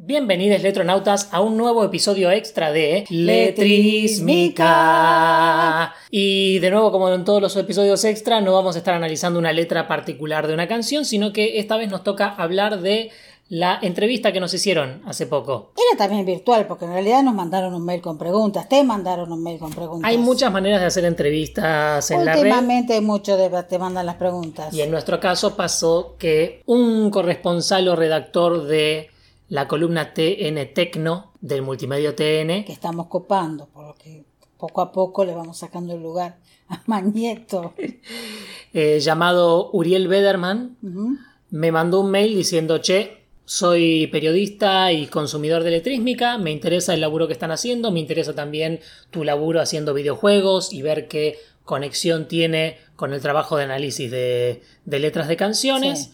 Bienvenidos letronautas a un nuevo episodio extra de Letrismica. Y de nuevo, como en todos los episodios extra, no vamos a estar analizando una letra particular de una canción, sino que esta vez nos toca hablar de la entrevista que nos hicieron hace poco. Era también virtual, porque en realidad nos mandaron un mail con preguntas, te mandaron un mail con preguntas. Hay muchas maneras de hacer entrevistas en la red. Últimamente mucho de, te mandan las preguntas. Y en nuestro caso pasó que un corresponsal o redactor de la columna TN Tecno del multimedio TN, Que estamos copando, porque poco a poco le vamos sacando el lugar a Mañeto. eh, llamado Uriel Bederman, Ujú. me mandó un mail diciendo, che, soy periodista y consumidor de Letrísmica, me interesa el laburo que están haciendo, me interesa también tu laburo haciendo videojuegos y ver qué conexión tiene con el trabajo de análisis de, de letras de canciones. Sí.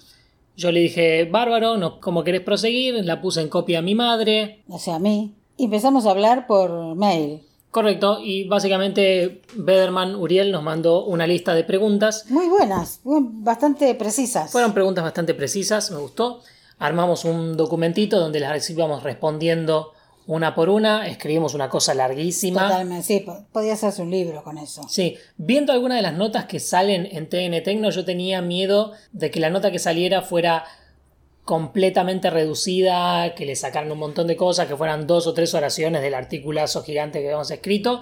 Yo le dije, bárbaro, no, ¿cómo querés proseguir? La puse en copia a mi madre, O sea, a mí. Y empezamos a hablar por mail. Correcto, y básicamente Bederman Uriel nos mandó una lista de preguntas. Muy buenas, muy- bastante precisas. Fueron preguntas bastante precisas, me gustó. Armamos un documentito donde las íbamos respondiendo una por una, escribimos una cosa larguísima. Totalmente, sí, po- podía hacerse un libro con eso. Sí, viendo algunas de las notas que salen en TN Tecno, yo tenía miedo de que la nota que saliera fuera completamente reducida, que le sacaran un montón de cosas, que fueran dos o tres oraciones del articulazo gigante que habíamos escrito.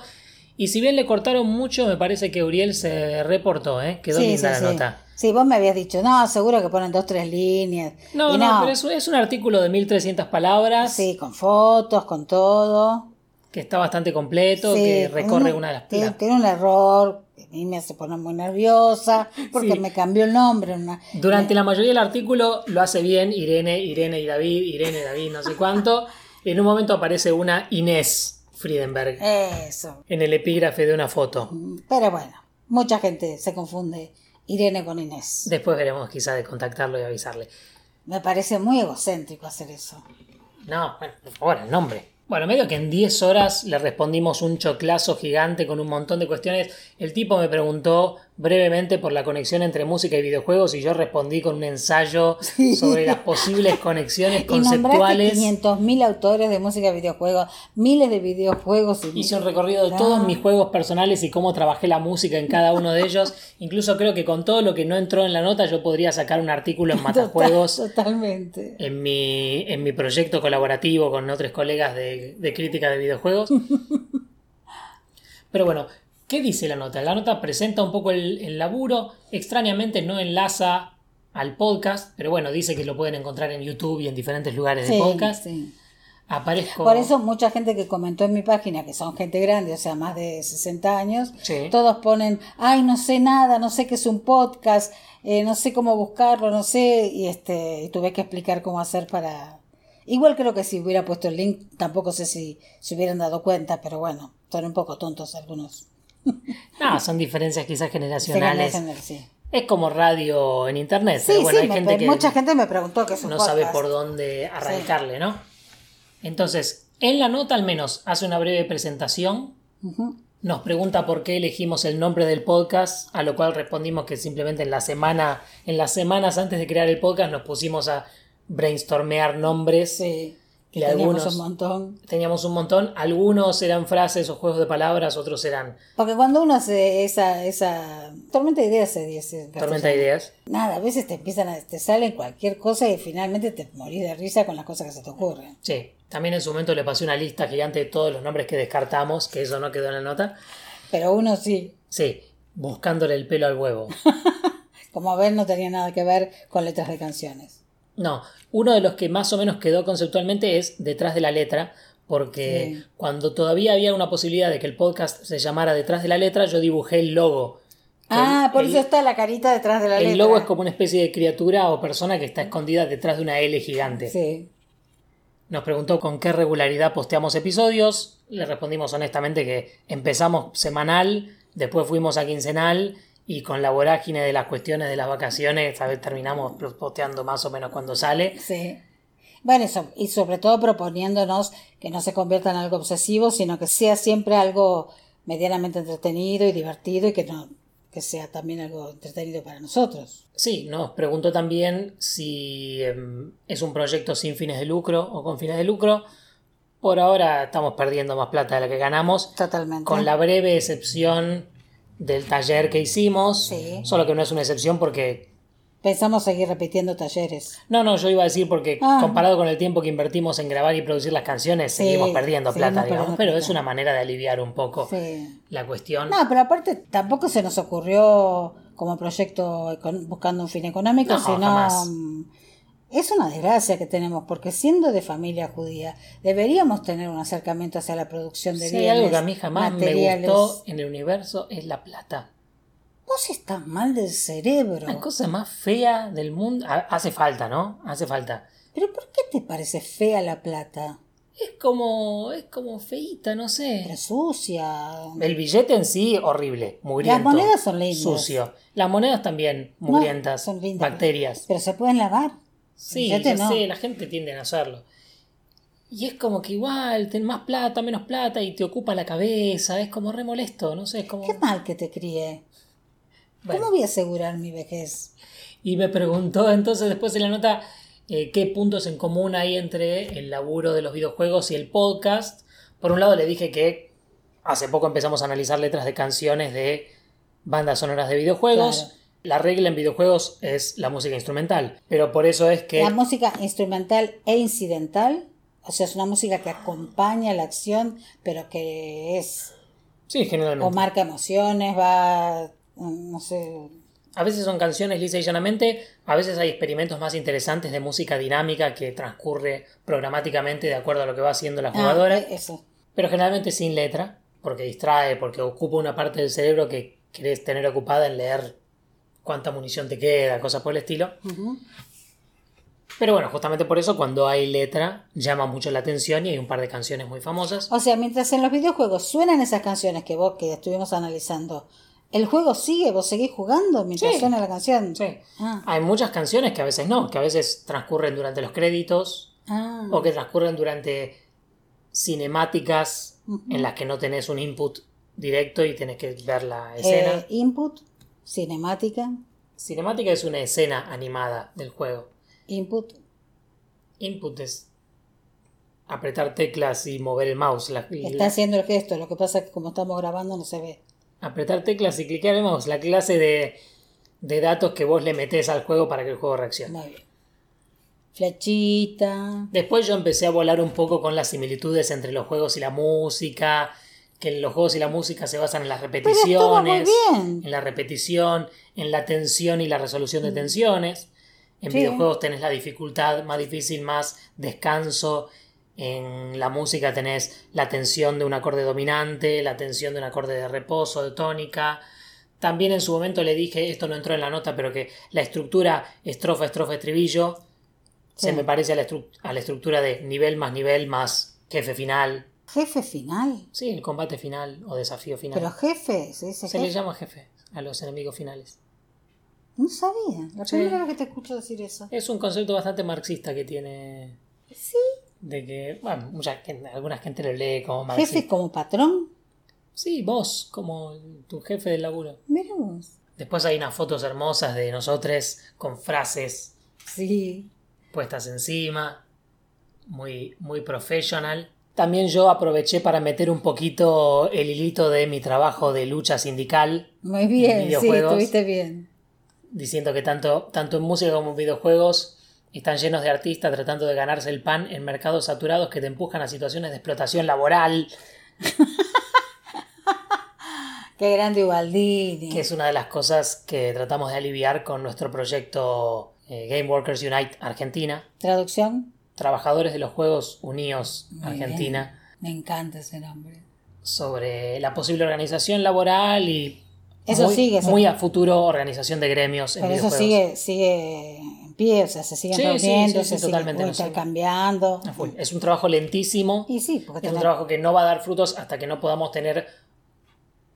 Y si bien le cortaron mucho, me parece que Uriel se reportó, ¿eh? Quedó sí, linda la sí, sí. nota. Sí, vos me habías dicho, no, seguro que ponen dos, tres líneas. No, Y no, pero es, es un artículo de 1300 palabras Sí, con fotos, con todo. que está bastante completo, Sí, que recorre uno una de las tiene, las- tiene un error, a mí me hace poner muy nerviosa, porque Sí. me cambió el nombre. Una, Durante la mayoría del artículo lo hace bien Irene, Irene y David, Irene, David, no sé cuánto. En un momento aparece una Inés Eh. Friedenberg Eso. en el epígrafe de una foto. Pero bueno, mucha gente se confunde Irene con Inés. Después veremos quizá de contactarlo y avisarle. Me parece muy egocéntrico hacer eso. No, bueno, por favor, el nombre. Bueno, medio que en 10 horas le respondimos un choclazo gigante con un montón de cuestiones. El tipo me preguntó brevemente por la conexión entre música y videojuegos y yo respondí con un ensayo sobre las posibles conexiones Y nombraste conceptuales. 500.000 autores de música de videojuegos, miles de videojuegos. Y Hice un recorrido de todos mis juegos personales y cómo trabajé la música en cada uno de ellos. Incluso creo que con todo lo que no entró en la nota yo podría sacar un artículo en Total- Matajuegos Totalmente. en mi, en mi proyecto colaborativo con otros colegas de, de crítica de videojuegos. Pero bueno, ¿qué dice la nota? La nota presenta un poco el, el laburo, extrañamente no enlaza al podcast, pero bueno, dice que lo pueden encontrar en YouTube y en diferentes lugares de Sí, podcast. sí. Aparezco... Por eso mucha gente que comentó en mi página, que son gente grande, o sea, más de 60 años, Sí. todos ponen, ay, no sé nada, no sé qué es un podcast, eh, no sé cómo buscarlo, no sé, y este, y tuve que explicar cómo hacer para... Igual creo que si hubiera puesto el link, tampoco sé si se hubieran dado cuenta, pero bueno, son un poco tontos algunos. No, Ah, son diferencias quizás Se ganan generacionales. esa- Sí, Es como radio en internet, sí, pero bueno, sí, hay me- gente que mucha gente me preguntó qué es un no podcast. sabe por dónde arrancarle, ¿no? Entonces, en la nota al menos hace una breve presentación, Ujú. nos pregunta por qué elegimos el nombre del podcast, a lo cual respondimos que simplemente en la semana, en las semanas antes de crear el podcast nos pusimos a brainstormear nombres. Sí, que Y teníamos algunos- un montón. Teníamos un montón, algunos eran frases o juegos de palabras, otros eran Porque cuando uno hace esa, esa tormenta de ideas se dice. en tormenta de castellano. ideas. Nada, a veces te empiezan a, te salen cualquier cosa y finalmente te morís de risa con las cosas que se te ocurren. Sí, también en su momento le pasé una lista gigante de todos los nombres que descartamos, que eso no quedó en la nota. Pero uno sí, Sí, buscándole el pelo al huevo. como ves, no tenía nada que ver con letras de canciones. No, uno de los que más o menos quedó conceptualmente es detrás de la letra, porque Sí. cuando todavía había una posibilidad de que el podcast se llamara detrás de la letra, yo dibujé el logo. ah, El- por el- eso está la carita detrás de la letra. El logo es como una especie de criatura o persona que está escondida detrás de una L gigante. Sí. Nos preguntó con qué regularidad posteamos episodios. Le respondimos honestamente que empezamos semanal, después fuimos a quincenal y con la vorágine de las cuestiones de las vacaciones, a veces terminamos posteando más o menos cuando sale. Sí. Bueno, y, so- y sobre todo proponiéndonos que no se convierta en algo obsesivo, sino que sea siempre algo medianamente entretenido y divertido y que no que sea también algo entretenido para nosotros. Sí, nos preguntó también si em, es un proyecto sin fines de lucro o con fines de lucro. Por ahora estamos perdiendo más plata de la que ganamos, Totalmente. con la breve excepción del taller que hicimos, Sí. solo que no es una excepción porque Pensamos seguir repitiendo talleres. No, no, yo iba a decir porque Ah. comparado con el tiempo que invertimos en grabar y producir las canciones, Sí, seguimos perdiendo seguimos plata, digamos. perdiendo Pero plata. es una manera de aliviar un poco Sí. la cuestión. No, pero aparte tampoco se nos ocurrió como proyecto econ- buscando un fin económico, No, sino jamás. mm, es una desgracia que tenemos, porque siendo de familia judía, deberíamos tener un acercamiento hacia la producción de Si hay bienes algo que a mí jamás me materiales. gustó en el universo es la plata. Vos estás mal del cerebro. La cosa más fea del mundo. Ah, Hace falta, ¿no? Hace falta. Pero ¿por qué te parece fea la plata? Es como. es como feíta, no sé. Pero sucia. El billete en sí, horrible, mugriento. Las monedas son lindas. Sucio. Las monedas también, mugrientas. son lindas. Bacterias. Pero se pueden lavar. Sí, ya Fíjate, no. sé, la gente tiende a no hacerlo. Y es como que igual, ten más plata, menos plata y te ocupa la cabeza, es como re molesto, no sé, es como... Qué mal que te crié. Bueno. ¿Cómo voy a asegurar mi vejez? Y me preguntó entonces después en la nota eh, qué puntos en común hay entre el laburo de los videojuegos y el podcast. Por un lado le dije que hace poco empezamos a analizar letras de canciones de bandas sonoras de videojuegos. Claro. La regla en videojuegos es la música instrumental, pero por eso es que... La música instrumental e incidental, o sea, es una música que acompaña la acción, pero que es Sí, generalmente. o marca emociones, va, mm, no sé, A veces son canciones lisa y llanamente, a veces hay experimentos más interesantes de música dinámica que transcurre programáticamente de acuerdo a lo que va haciendo la ah, jugadora, eh, eso. pero generalmente sin letra, porque distrae, porque ocupa una parte del cerebro que querés tener ocupada en leer cuánta munición te queda, cosas por el estilo. Ujú. Pero bueno, justamente por eso cuando hay letra llama mucho la atención y hay un par de canciones muy famosas. O sea, mientras en los videojuegos suenan esas canciones que vos que estuvimos analizando, el juego sigue, vos seguís jugando mientras Sí. suena la canción. Sí. Ah, Hay muchas canciones que a veces no, que a veces transcurren durante los créditos, ah, o que transcurren durante cinemáticas Ujú. en las que no tenés un input directo y tenés que ver la escena. eh, input, cinemática, Cinemática es una escena animada del juego. input, Input es apretar teclas y mover el mouse. La- Está haciendo el gesto, lo que pasa es que como estamos grabando no se ve. apretar teclas y cliquear el mouse, la clase de, de datos que vos le metés al juego para que el juego reaccione. Muy bien. Flechita. Después yo empecé a volar un poco con las similitudes entre los juegos y la música, que los juegos y la música se basan en las Pero repeticiones. estuvo muy bien. en la repetición, en la tensión y la resolución de tensiones. En Sí. videojuegos tenés la dificultad más difícil, más descanso. En la música tenés la tensión de un acorde dominante, la tensión de un acorde de reposo, de tónica. También en su momento le dije, esto no entró en la nota, pero que la estructura estrofa, estrofa, estribillo se Sí. me parece a la, estru- a la estructura de nivel más nivel más jefe final. Jefe final. Sí, el combate final o desafío final. Pero jefe, se dice se le jefe. llama jefe a los enemigos finales. No sabía. La Sí. primera vez que te escucho decir eso. Es un concepto bastante marxista que tiene. Sí. De que, bueno, mucha gente, alguna gente lo lee como marxista. Jefe como patrón. Sí, vos, como tu jefe del laburo. Mira vos. Después hay unas fotos hermosas de nosotros con frases Sí. puestas encima. Muy, muy professional. También yo aproveché para meter un poquito el hilito de mi trabajo de lucha sindical. Muy bien, sí, Videojuegos. estuviste bien. diciendo que tanto, tanto en música como en videojuegos están llenos de artistas tratando de ganarse el pan en mercados saturados que te empujan a situaciones de explotación laboral, Qué grande Ubaldini. que es una de las cosas que tratamos de aliviar con nuestro proyecto eh, Game Workers Unite Argentina, Traducción. Trabajadores de los Juegos Unidos Muy Argentina, bien. Me encanta ese nombre. sobre la posible organización laboral y Eso muy, sigue, eso muy sigue. a futuro organización de gremios en Pero eso videojuegos. sigue, sigue en pie, o sea, se siguen Sí, sí, reuniendo, sí, sí, se siguen totalmente, no sé. intercambiando. A full. Es un trabajo lentísimo. Y sí, porque Es un tenés- trabajo que no va a dar frutos hasta que no podamos tener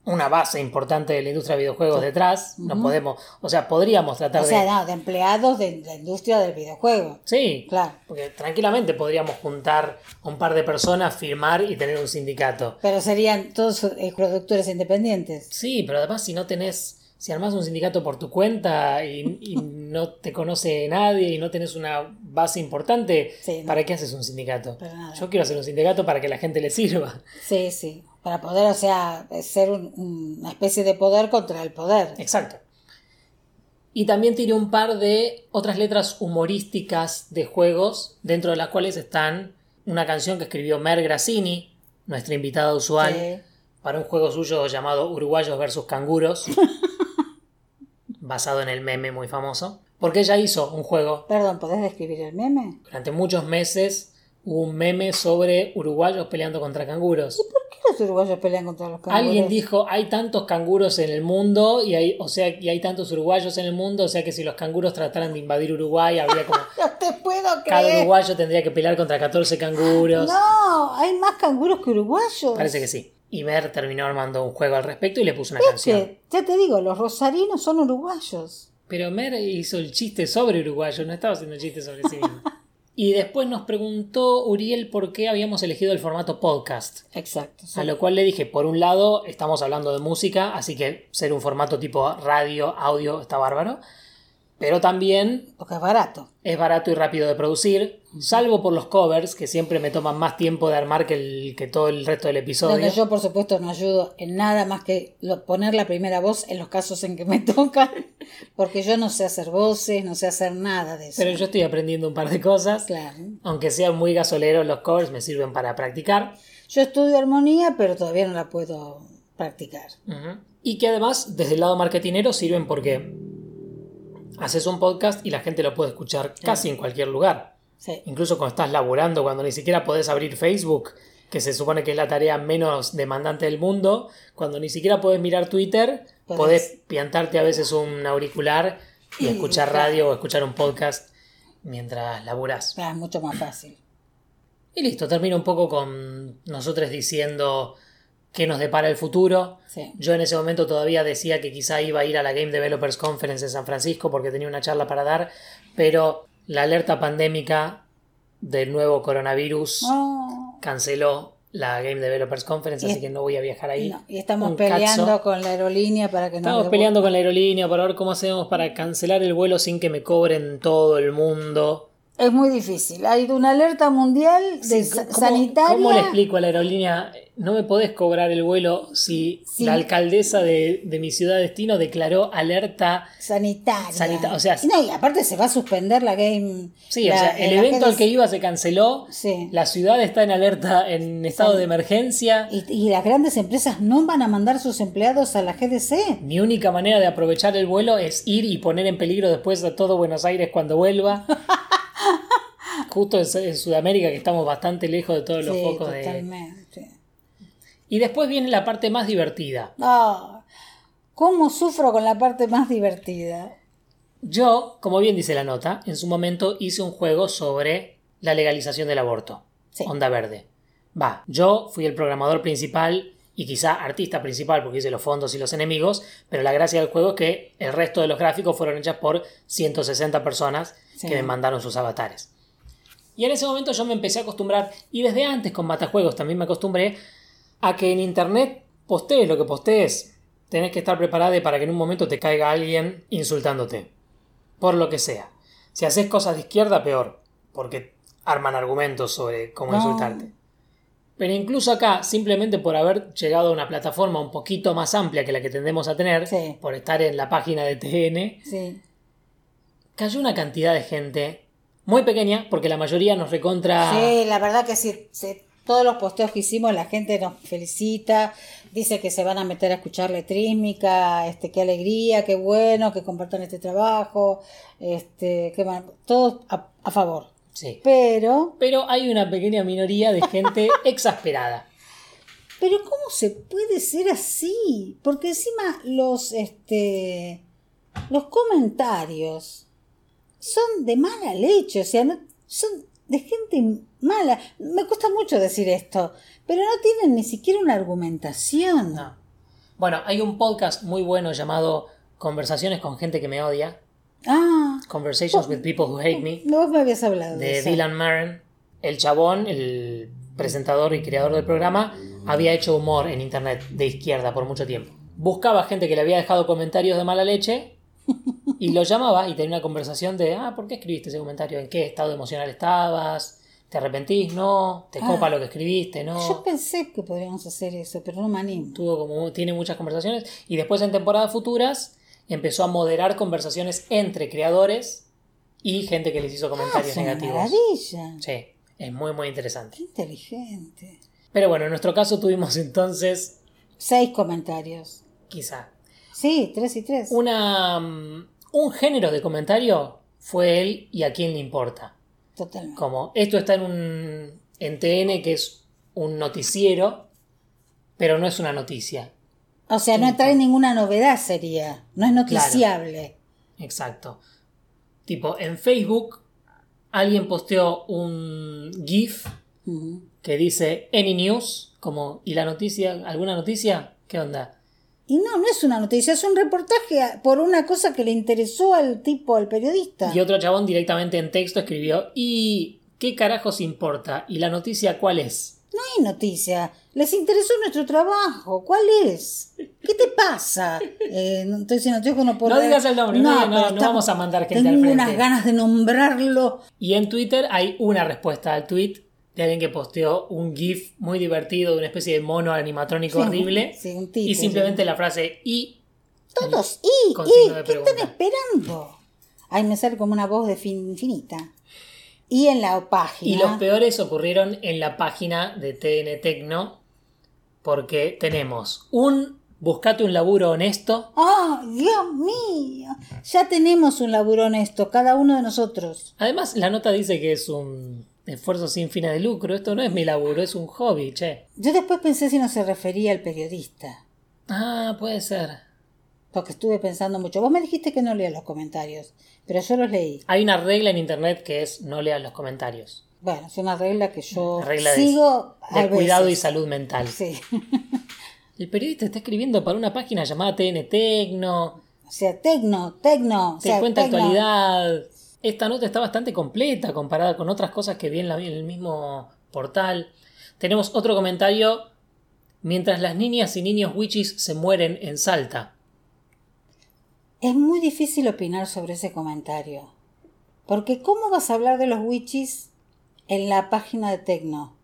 una base importante de la industria de videojuegos detrás. No podemos, o sea, podríamos tratar o sea, de. no, de empleados de la industria del videojuego. Sí, Claro. porque tranquilamente podríamos juntar un par de personas, firmar y tener un sindicato. Pero serían todos eh, productores independientes. Sí, pero además si no tenés, si armás un sindicato por tu cuenta y, y no te conoce nadie y no tenés una base importante, Sí, no. ¿para qué haces un sindicato? Para nada. Yo quiero hacer un sindicato para que la gente le sirva. Sí, sí. Para poder, o sea, eh, ser un- una especie de poder contra el poder. Exacto. Y también tiré un par de otras letras humorísticas de juegos, dentro de las cuales están una canción que escribió Mer Grassini, nuestra invitada usual, Sí. para un juego suyo llamado Uruguayos versus Canguros, basado en el meme muy famoso, porque ella hizo un juego. Perdón, ¿podés describir el meme? Durante muchos meses hubo un meme sobre uruguayos peleando contra canguros. ¿Por qué los uruguayos pelean contra los canguros? Alguien dijo, hay tantos canguros en el mundo y hay, o sea, y hay tantos uruguayos en el mundo, o sea que si los canguros trataran de invadir Uruguay, habría como... ¡No te puedo Cada creer! uruguayo tendría que pelear contra 14 canguros. No, hay más canguros que uruguayos. Parece que sí. Y Mer terminó armando un juego al respecto y le puso una Sí, canción. ya te digo, los rosarinos son uruguayos. Pero Mer hizo el chiste sobre uruguayo, no estaba haciendo el chiste sobre sí mismo. Y después nos preguntó Uriel por qué habíamos elegido el formato podcast. Exacto. sí. A lo cual le dije, por un lado, estamos hablando de música, así que ser un formato tipo radio, audio, está bárbaro. Pero también Porque es barato. es barato y rápido de producir, salvo por los covers, que siempre me toman más tiempo de armar que, el- que todo el resto del episodio. Donde yo, por supuesto, no ayudo en nada más que lo- poner la primera voz en los casos en que me tocan. Porque yo no sé hacer voces, no sé hacer nada de eso. Pero yo estoy aprendiendo un par de cosas. Claro. Aunque sean muy gasoleros, los covers me sirven para practicar. Yo estudio armonía, pero todavía no la puedo practicar. Ujú. Y que además, desde el lado marketinero, sirven porque haces un podcast y la gente lo puede escuchar casi en cualquier lugar. Sí. Incluso cuando estás laburando, cuando ni siquiera podés abrir Facebook, que se supone que es la tarea menos demandante del mundo, cuando ni siquiera podés mirar Twitter, Podés. podés piantarte a veces un auricular y Y escuchar buscar. radio o escuchar un podcast mientras laburás. Ah, es mucho más fácil. Y listo, termino un poco con nosotros diciendo qué nos depara el futuro. Sí. Yo en ese momento todavía decía que quizá iba a ir a la Game Developers Conference en San Francisco porque tenía una charla para dar, pero la alerta pandémica del nuevo coronavirus Ah. No. canceló la Game Developers Conference, Y- así que no voy a viajar ahí. No, Y estamos Un peleando cazo. con la aerolínea para que Estamos nos devuelva. peleando con la aerolínea para ver cómo hacemos para cancelar el vuelo sin que me cobren todo el mundo. Es muy difícil. Hay una alerta mundial de Sí, sa- ¿cómo- sanitaria. ¿Cómo le explico a la aerolínea? No me podés cobrar el vuelo si Sí. la alcaldesa de, de mi ciudad destino declaró alerta. Sanitaria. Sanita- o sea- Y no, y aparte se va a suspender la game. Sí, o la- sea, el la evento al gente- que iba se canceló. Sí. La ciudad está en alerta, en estado de emergencia. Y, y las grandes empresas no van a mandar sus empleados a la GDC. Mi única manera de aprovechar el vuelo es ir y poner en peligro después a todo Buenos Aires cuando vuelva. Justo en, Su- en Sudamérica, que estamos bastante lejos de todos los sí, focos de. totalmente. Y después viene la parte más divertida. Ah, ¿Cómo sufro con la parte más divertida? Yo, como bien dice la nota, en su momento hice un juego sobre la legalización del aborto. Sí. Onda verde. Va, yo fui el programador principal y quizá artista principal porque hice los fondos y los enemigos, pero la gracia del juego es que el resto de los gráficos fueron hechas por 160 personas Sí. que me mandaron sus avatares. Y en ese momento yo me empecé a acostumbrar, y desde antes con Matajuegos también me acostumbré, a que en internet postees lo que postees. Tenés que estar preparado para que en un momento te caiga alguien insultándote. Por lo que sea. Si haces cosas de izquierda, peor. Porque arman argumentos sobre cómo No. insultarte. Pero incluso acá, simplemente por haber llegado a una plataforma un poquito más amplia que la que tendemos a tener, Sí. por estar en la página de TN, Sí. cayó una cantidad de gente muy pequeña, porque la mayoría nos recontra... Sí, la verdad que sí, sí, todos los posteos que hicimos, la gente nos felicita, dice que se van a meter a escuchar letrísmica, este, qué alegría, qué bueno que compartan este trabajo, este, qué mal- todos a, a favor. Sí. Pero, Pero hay una pequeña minoría de gente exasperada. pero ¿cómo se puede ser así? Porque encima los, este, los comentarios son de mala leche, o sea, no- son de gente mala. Me cuesta mucho decir esto, pero no tienen ni siquiera una argumentación. No. Bueno, hay un podcast muy bueno llamado Conversaciones con gente que me odia, Ah, Conversations with People Who Hate Me, no vos me habías hablado de, de eso. Dylan Marin. El chabón, el presentador y creador del programa, había hecho humor en internet de izquierda por mucho tiempo. buscaba gente que le había dejado comentarios de mala leche y lo llamaba y tenía una conversación de, ah, ¿por qué escribiste ese comentario? ¿En qué estado emocional estabas? ¿Te arrepentís? No. ¿Te Ah. copa lo que escribiste? No. Yo pensé que podríamos hacer eso, pero no me animo. Tuvo como, tiene muchas conversaciones. Y después en temporadas futuras empezó a moderar conversaciones entre creadores y gente que les hizo Ah, comentarios es una negativos. maravilla. Sí, es muy, muy interesante. Qué inteligente. Pero bueno, en nuestro caso tuvimos entonces, Seis comentarios. quizá, Sí, tres y tres. una, mm, un género de comentario fue él y a quién le importa. Totalmente. Como esto está en un en TN que es un noticiero, pero no es una noticia. O sea, no trae ninguna novedad sería. No es noticiable. Exacto. Tipo, en Facebook alguien posteó un GIF Ujú. que dice Any News, como, ¿y la noticia? ¿Alguna noticia? ¿Qué onda? Y no, no es una noticia, es un reportaje a- por una cosa que le interesó al tipo, al periodista. Y otro chabón directamente en texto escribió, ¿y qué carajos importa? ¿Y la noticia cuál es? No hay noticia. Les interesó nuestro trabajo. ¿Cuál es? ¿Qué te pasa? Eh, no, estoy diciendo, te digo que no puedo- No digas el nombre, no, no, pero no está- vamos a mandar gente Tengo al frente. unas ganas de nombrarlo. Y en Twitter hay una respuesta al tweet de alguien que posteó un GIF muy divertido de una especie de mono animatrónico Sí, horrible sí, un títere. y simplemente la frase y Todos. ¿Y? Con ¿Y? signo de ¿Qué están pregunta. esperando? Ahí me sale como una voz de fin- infinita. Y en la página. Y los peores ocurrieron en la página de TN Tecno, porque tenemos un buscate un laburo honesto, ¡Oh, Dios mío! Ya tenemos un laburo honesto, cada uno de nosotros. además la nota dice que es un esfuerzo sin fines de lucro, esto no es mi laburo, es un hobby, che. Yo después pensé si no se refería al periodista, Ah, puede ser. porque estuve pensando mucho. Vos me dijiste que no leas los comentarios, pero yo los leí. Hay una regla en internet que es no leas los comentarios. Bueno, es una regla que yo Regla de- sigo De a cuidado y veces. salud mental. Sí. El periodista está escribiendo para una página llamada TN Tecno, O sea, tecno, tecno. o te sea, cuenta tecno. actualidad. Esta nota está bastante completa comparada con otras cosas que vi en, la- en el mismo portal. Tenemos otro comentario. Mientras las niñas y niños witches se mueren en Salta. Es muy difícil opinar sobre ese comentario. Porque ¿cómo vas a hablar de los witches en la página de Tecno?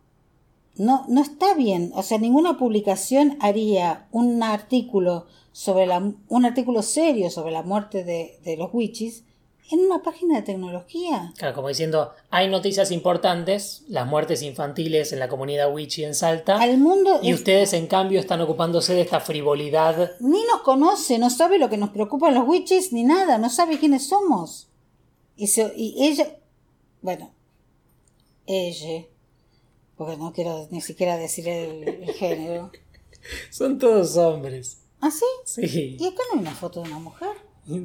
No, no está bien. O sea, ninguna publicación haría un artículo sobre la, un artículo serio sobre la muerte de, de los witches en una página de tecnología. Claro, como diciendo, hay noticias importantes, las muertes infantiles en la comunidad witchy en Salta. Al mundo ¿Ah? Y es- ustedes, en cambio, están ocupándose de esta frivolidad. ni nos conoce, no sabe lo que nos preocupan los witches ni nada, no sabe quiénes somos. Y, se- y ella, bueno, ella, porque no quiero ni siquiera decir el, el género. Son todos hombres. ¿Ah, sí? Sí. ¿Y acá no hay una foto de una mujer?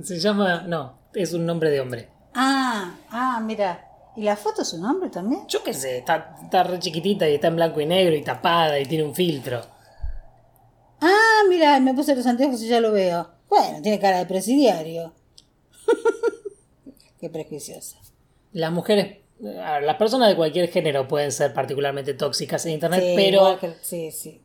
Se llama. No, es un nombre de hombre. Ah, ah, mira. ¿Y la foto es un hombre también? Yo qué sé, está, está re chiquitita y está en blanco y negro y tapada y tiene un filtro. Ah, mira, me puse los anteojos y ya lo veo. Bueno, tiene cara de presidiario. Qué prejuiciosa. Las mujeres, a ver, las personas de cualquier género pueden ser particularmente tóxicas en internet, Sí, pero igual que- sí, sí.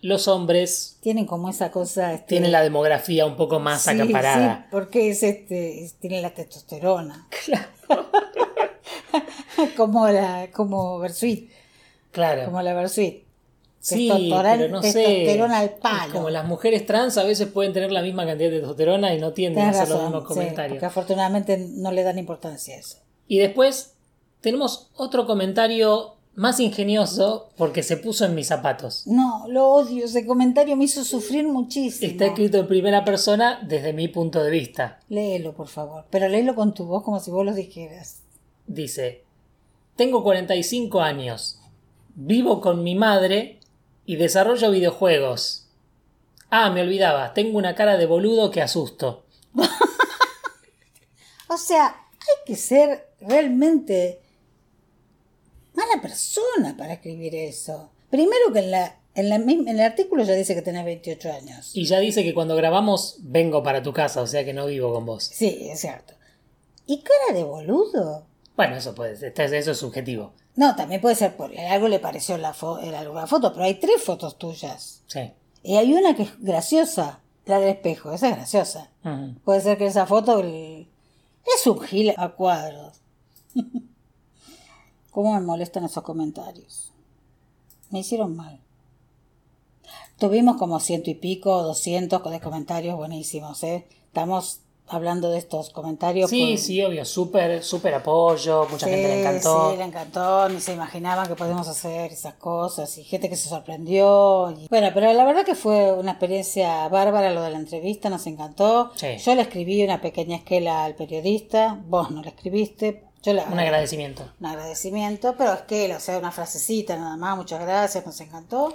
los hombres Tienen como esa cosa... este, tienen la demografía un poco más Sí, sí, acaparada. porque es este, es- tiene la testosterona. como la, como Versuit, Claro. como la Versuit. sí, testosterona- pero no sé. testosterona al es palo. Como las mujeres trans a veces pueden tener la misma cantidad de testosterona y no tienden Tenés a hacer razón, los mismos sí, comentarios. porque afortunadamente no le dan importancia a eso. Y después tenemos otro comentario más ingenioso porque se puso en mis zapatos. No, lo odio, ese comentario me hizo sufrir muchísimo. Está escrito en primera persona desde mi punto de vista. Léelo, por favor, pero léelo con tu voz como si vos lo dijeras. Dice, tengo 45 años, vivo con mi madre y desarrollo videojuegos. Ah, me olvidaba, tengo una cara de boludo que asusto. O sea, hay que ser realmente mala persona para escribir eso. Primero que en, la, en, la misma- en el artículo ya dice que tenés 28 años. Y ya dice que cuando grabamos vengo para tu casa, o sea que no vivo con vos. Sí, es cierto. ¿Y cara de boludo? Bueno, eso puede ser, está- eso es subjetivo. No, también puede ser por algo le pareció la, fo- la- la foto, pero hay tres fotos tuyas. Sí. Y hay una que es graciosa, La del espejo, esa es graciosa. Ujú. Puede ser que esa foto el- es un gil a cuadros. ¿Cómo me molestan esos comentarios? Me hicieron mal. Tuvimos como ciento y pico, doscientos de comentarios buenísimos, ¿eh? Estamos hablando de estos comentarios. Sí, por- sí, obvio, súper, súper apoyo, mucha gente le Sí, encantó. Sí, le encantó, ni se imaginaban que podíamos hacer esas cosas, y gente que se sorprendió. y- Bueno, pero la verdad que fue una experiencia bárbara lo de la entrevista, nos encantó. Sí. Yo le escribí una pequeña esquela al periodista, vos no la escribiste, yo la Un agradecimiento. un agradecimiento, pero esquela, o sea, una frasecita nada más, muchas gracias, nos encantó.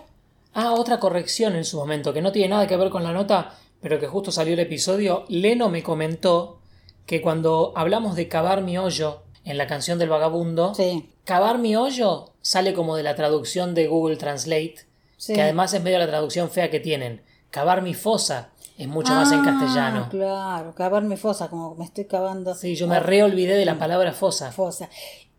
Ah, otra corrección en su momento, que no tiene nada que ver con la nota, pero que justo salió el episodio. Leno me comentó que cuando hablamos de cavar mi hoyo en la canción del vagabundo, Sí, cavar mi hoyo sale como de la traducción de Google Translate, sí. que además es medio la traducción fea que tienen. Cavar mi fosa es mucho más en Ah, castellano. Claro, cavar mi fosa, como me estoy cavando. Sí, yo me reolvidé de la palabra fosa. fosa.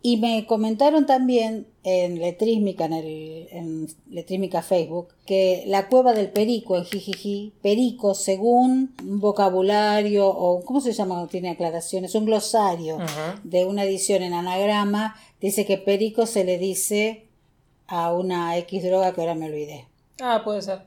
Y me comentaron también en Letrísmica, en, el, en Letrísmica Facebook, que la cueva del perico en Jijiji, perico según un vocabulario o, ¿cómo se llama? cuando Tiene aclaraciones, un glosario Ujú. de una edición en anagrama, dice que perico se le dice a una X droga que ahora me olvidé. Ah, puede ser.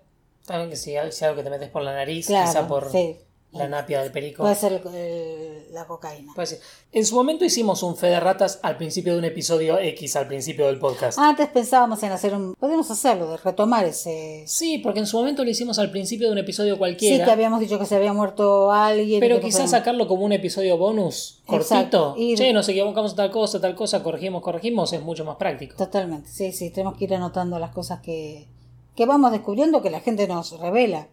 También que si, si algo que te metes por la nariz, Claro, quizá por sí. la napia del perico. Puede ser eh, la cocaína. Puede ser. Pues En su momento hicimos un fe de ratas al principio de un episodio X, al principio del podcast. Antes pensábamos en hacer un... Podemos hacerlo, de retomar ese... Sí, porque en su momento lo hicimos al principio de un episodio Sí, cualquiera. que habíamos dicho que se había muerto alguien. y pero que no quizás sabemos. sacarlo como un episodio bonus, Exacto, cortito. ir- Che, nos equivocamos tal cosa, tal cosa, corregimos, corregimos, es mucho más práctico. Totalmente, sí, sí, tenemos que ir anotando las cosas que, que vamos descubriendo que la gente nos revela.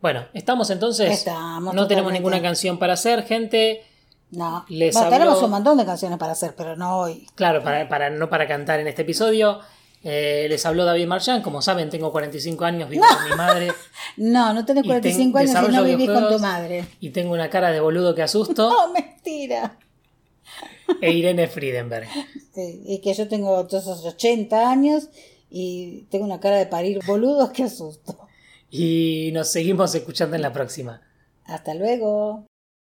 Bueno, estamos entonces. Estamos no tenemos totalmente. ninguna canción para hacer, gente. No, Les Bueno, tenemos habló- un montón de canciones para hacer, pero no hoy. Claro, para, para- no para cantar en este episodio. Eh, les habló David Marchán. Como saben, tengo 45 años, vivo con mi madre. No, no tenés Y ten- 45 años y desarrollo no vivís con tu videojuegos. madre. Y tengo una cara de boludo que asusto. No, mentira. e Irene Friedenberg. Sí, y que yo tengo todos esos 80 años y tengo una cara de parir boludos que asusto. Y nos seguimos escuchando en la próxima. Hasta luego.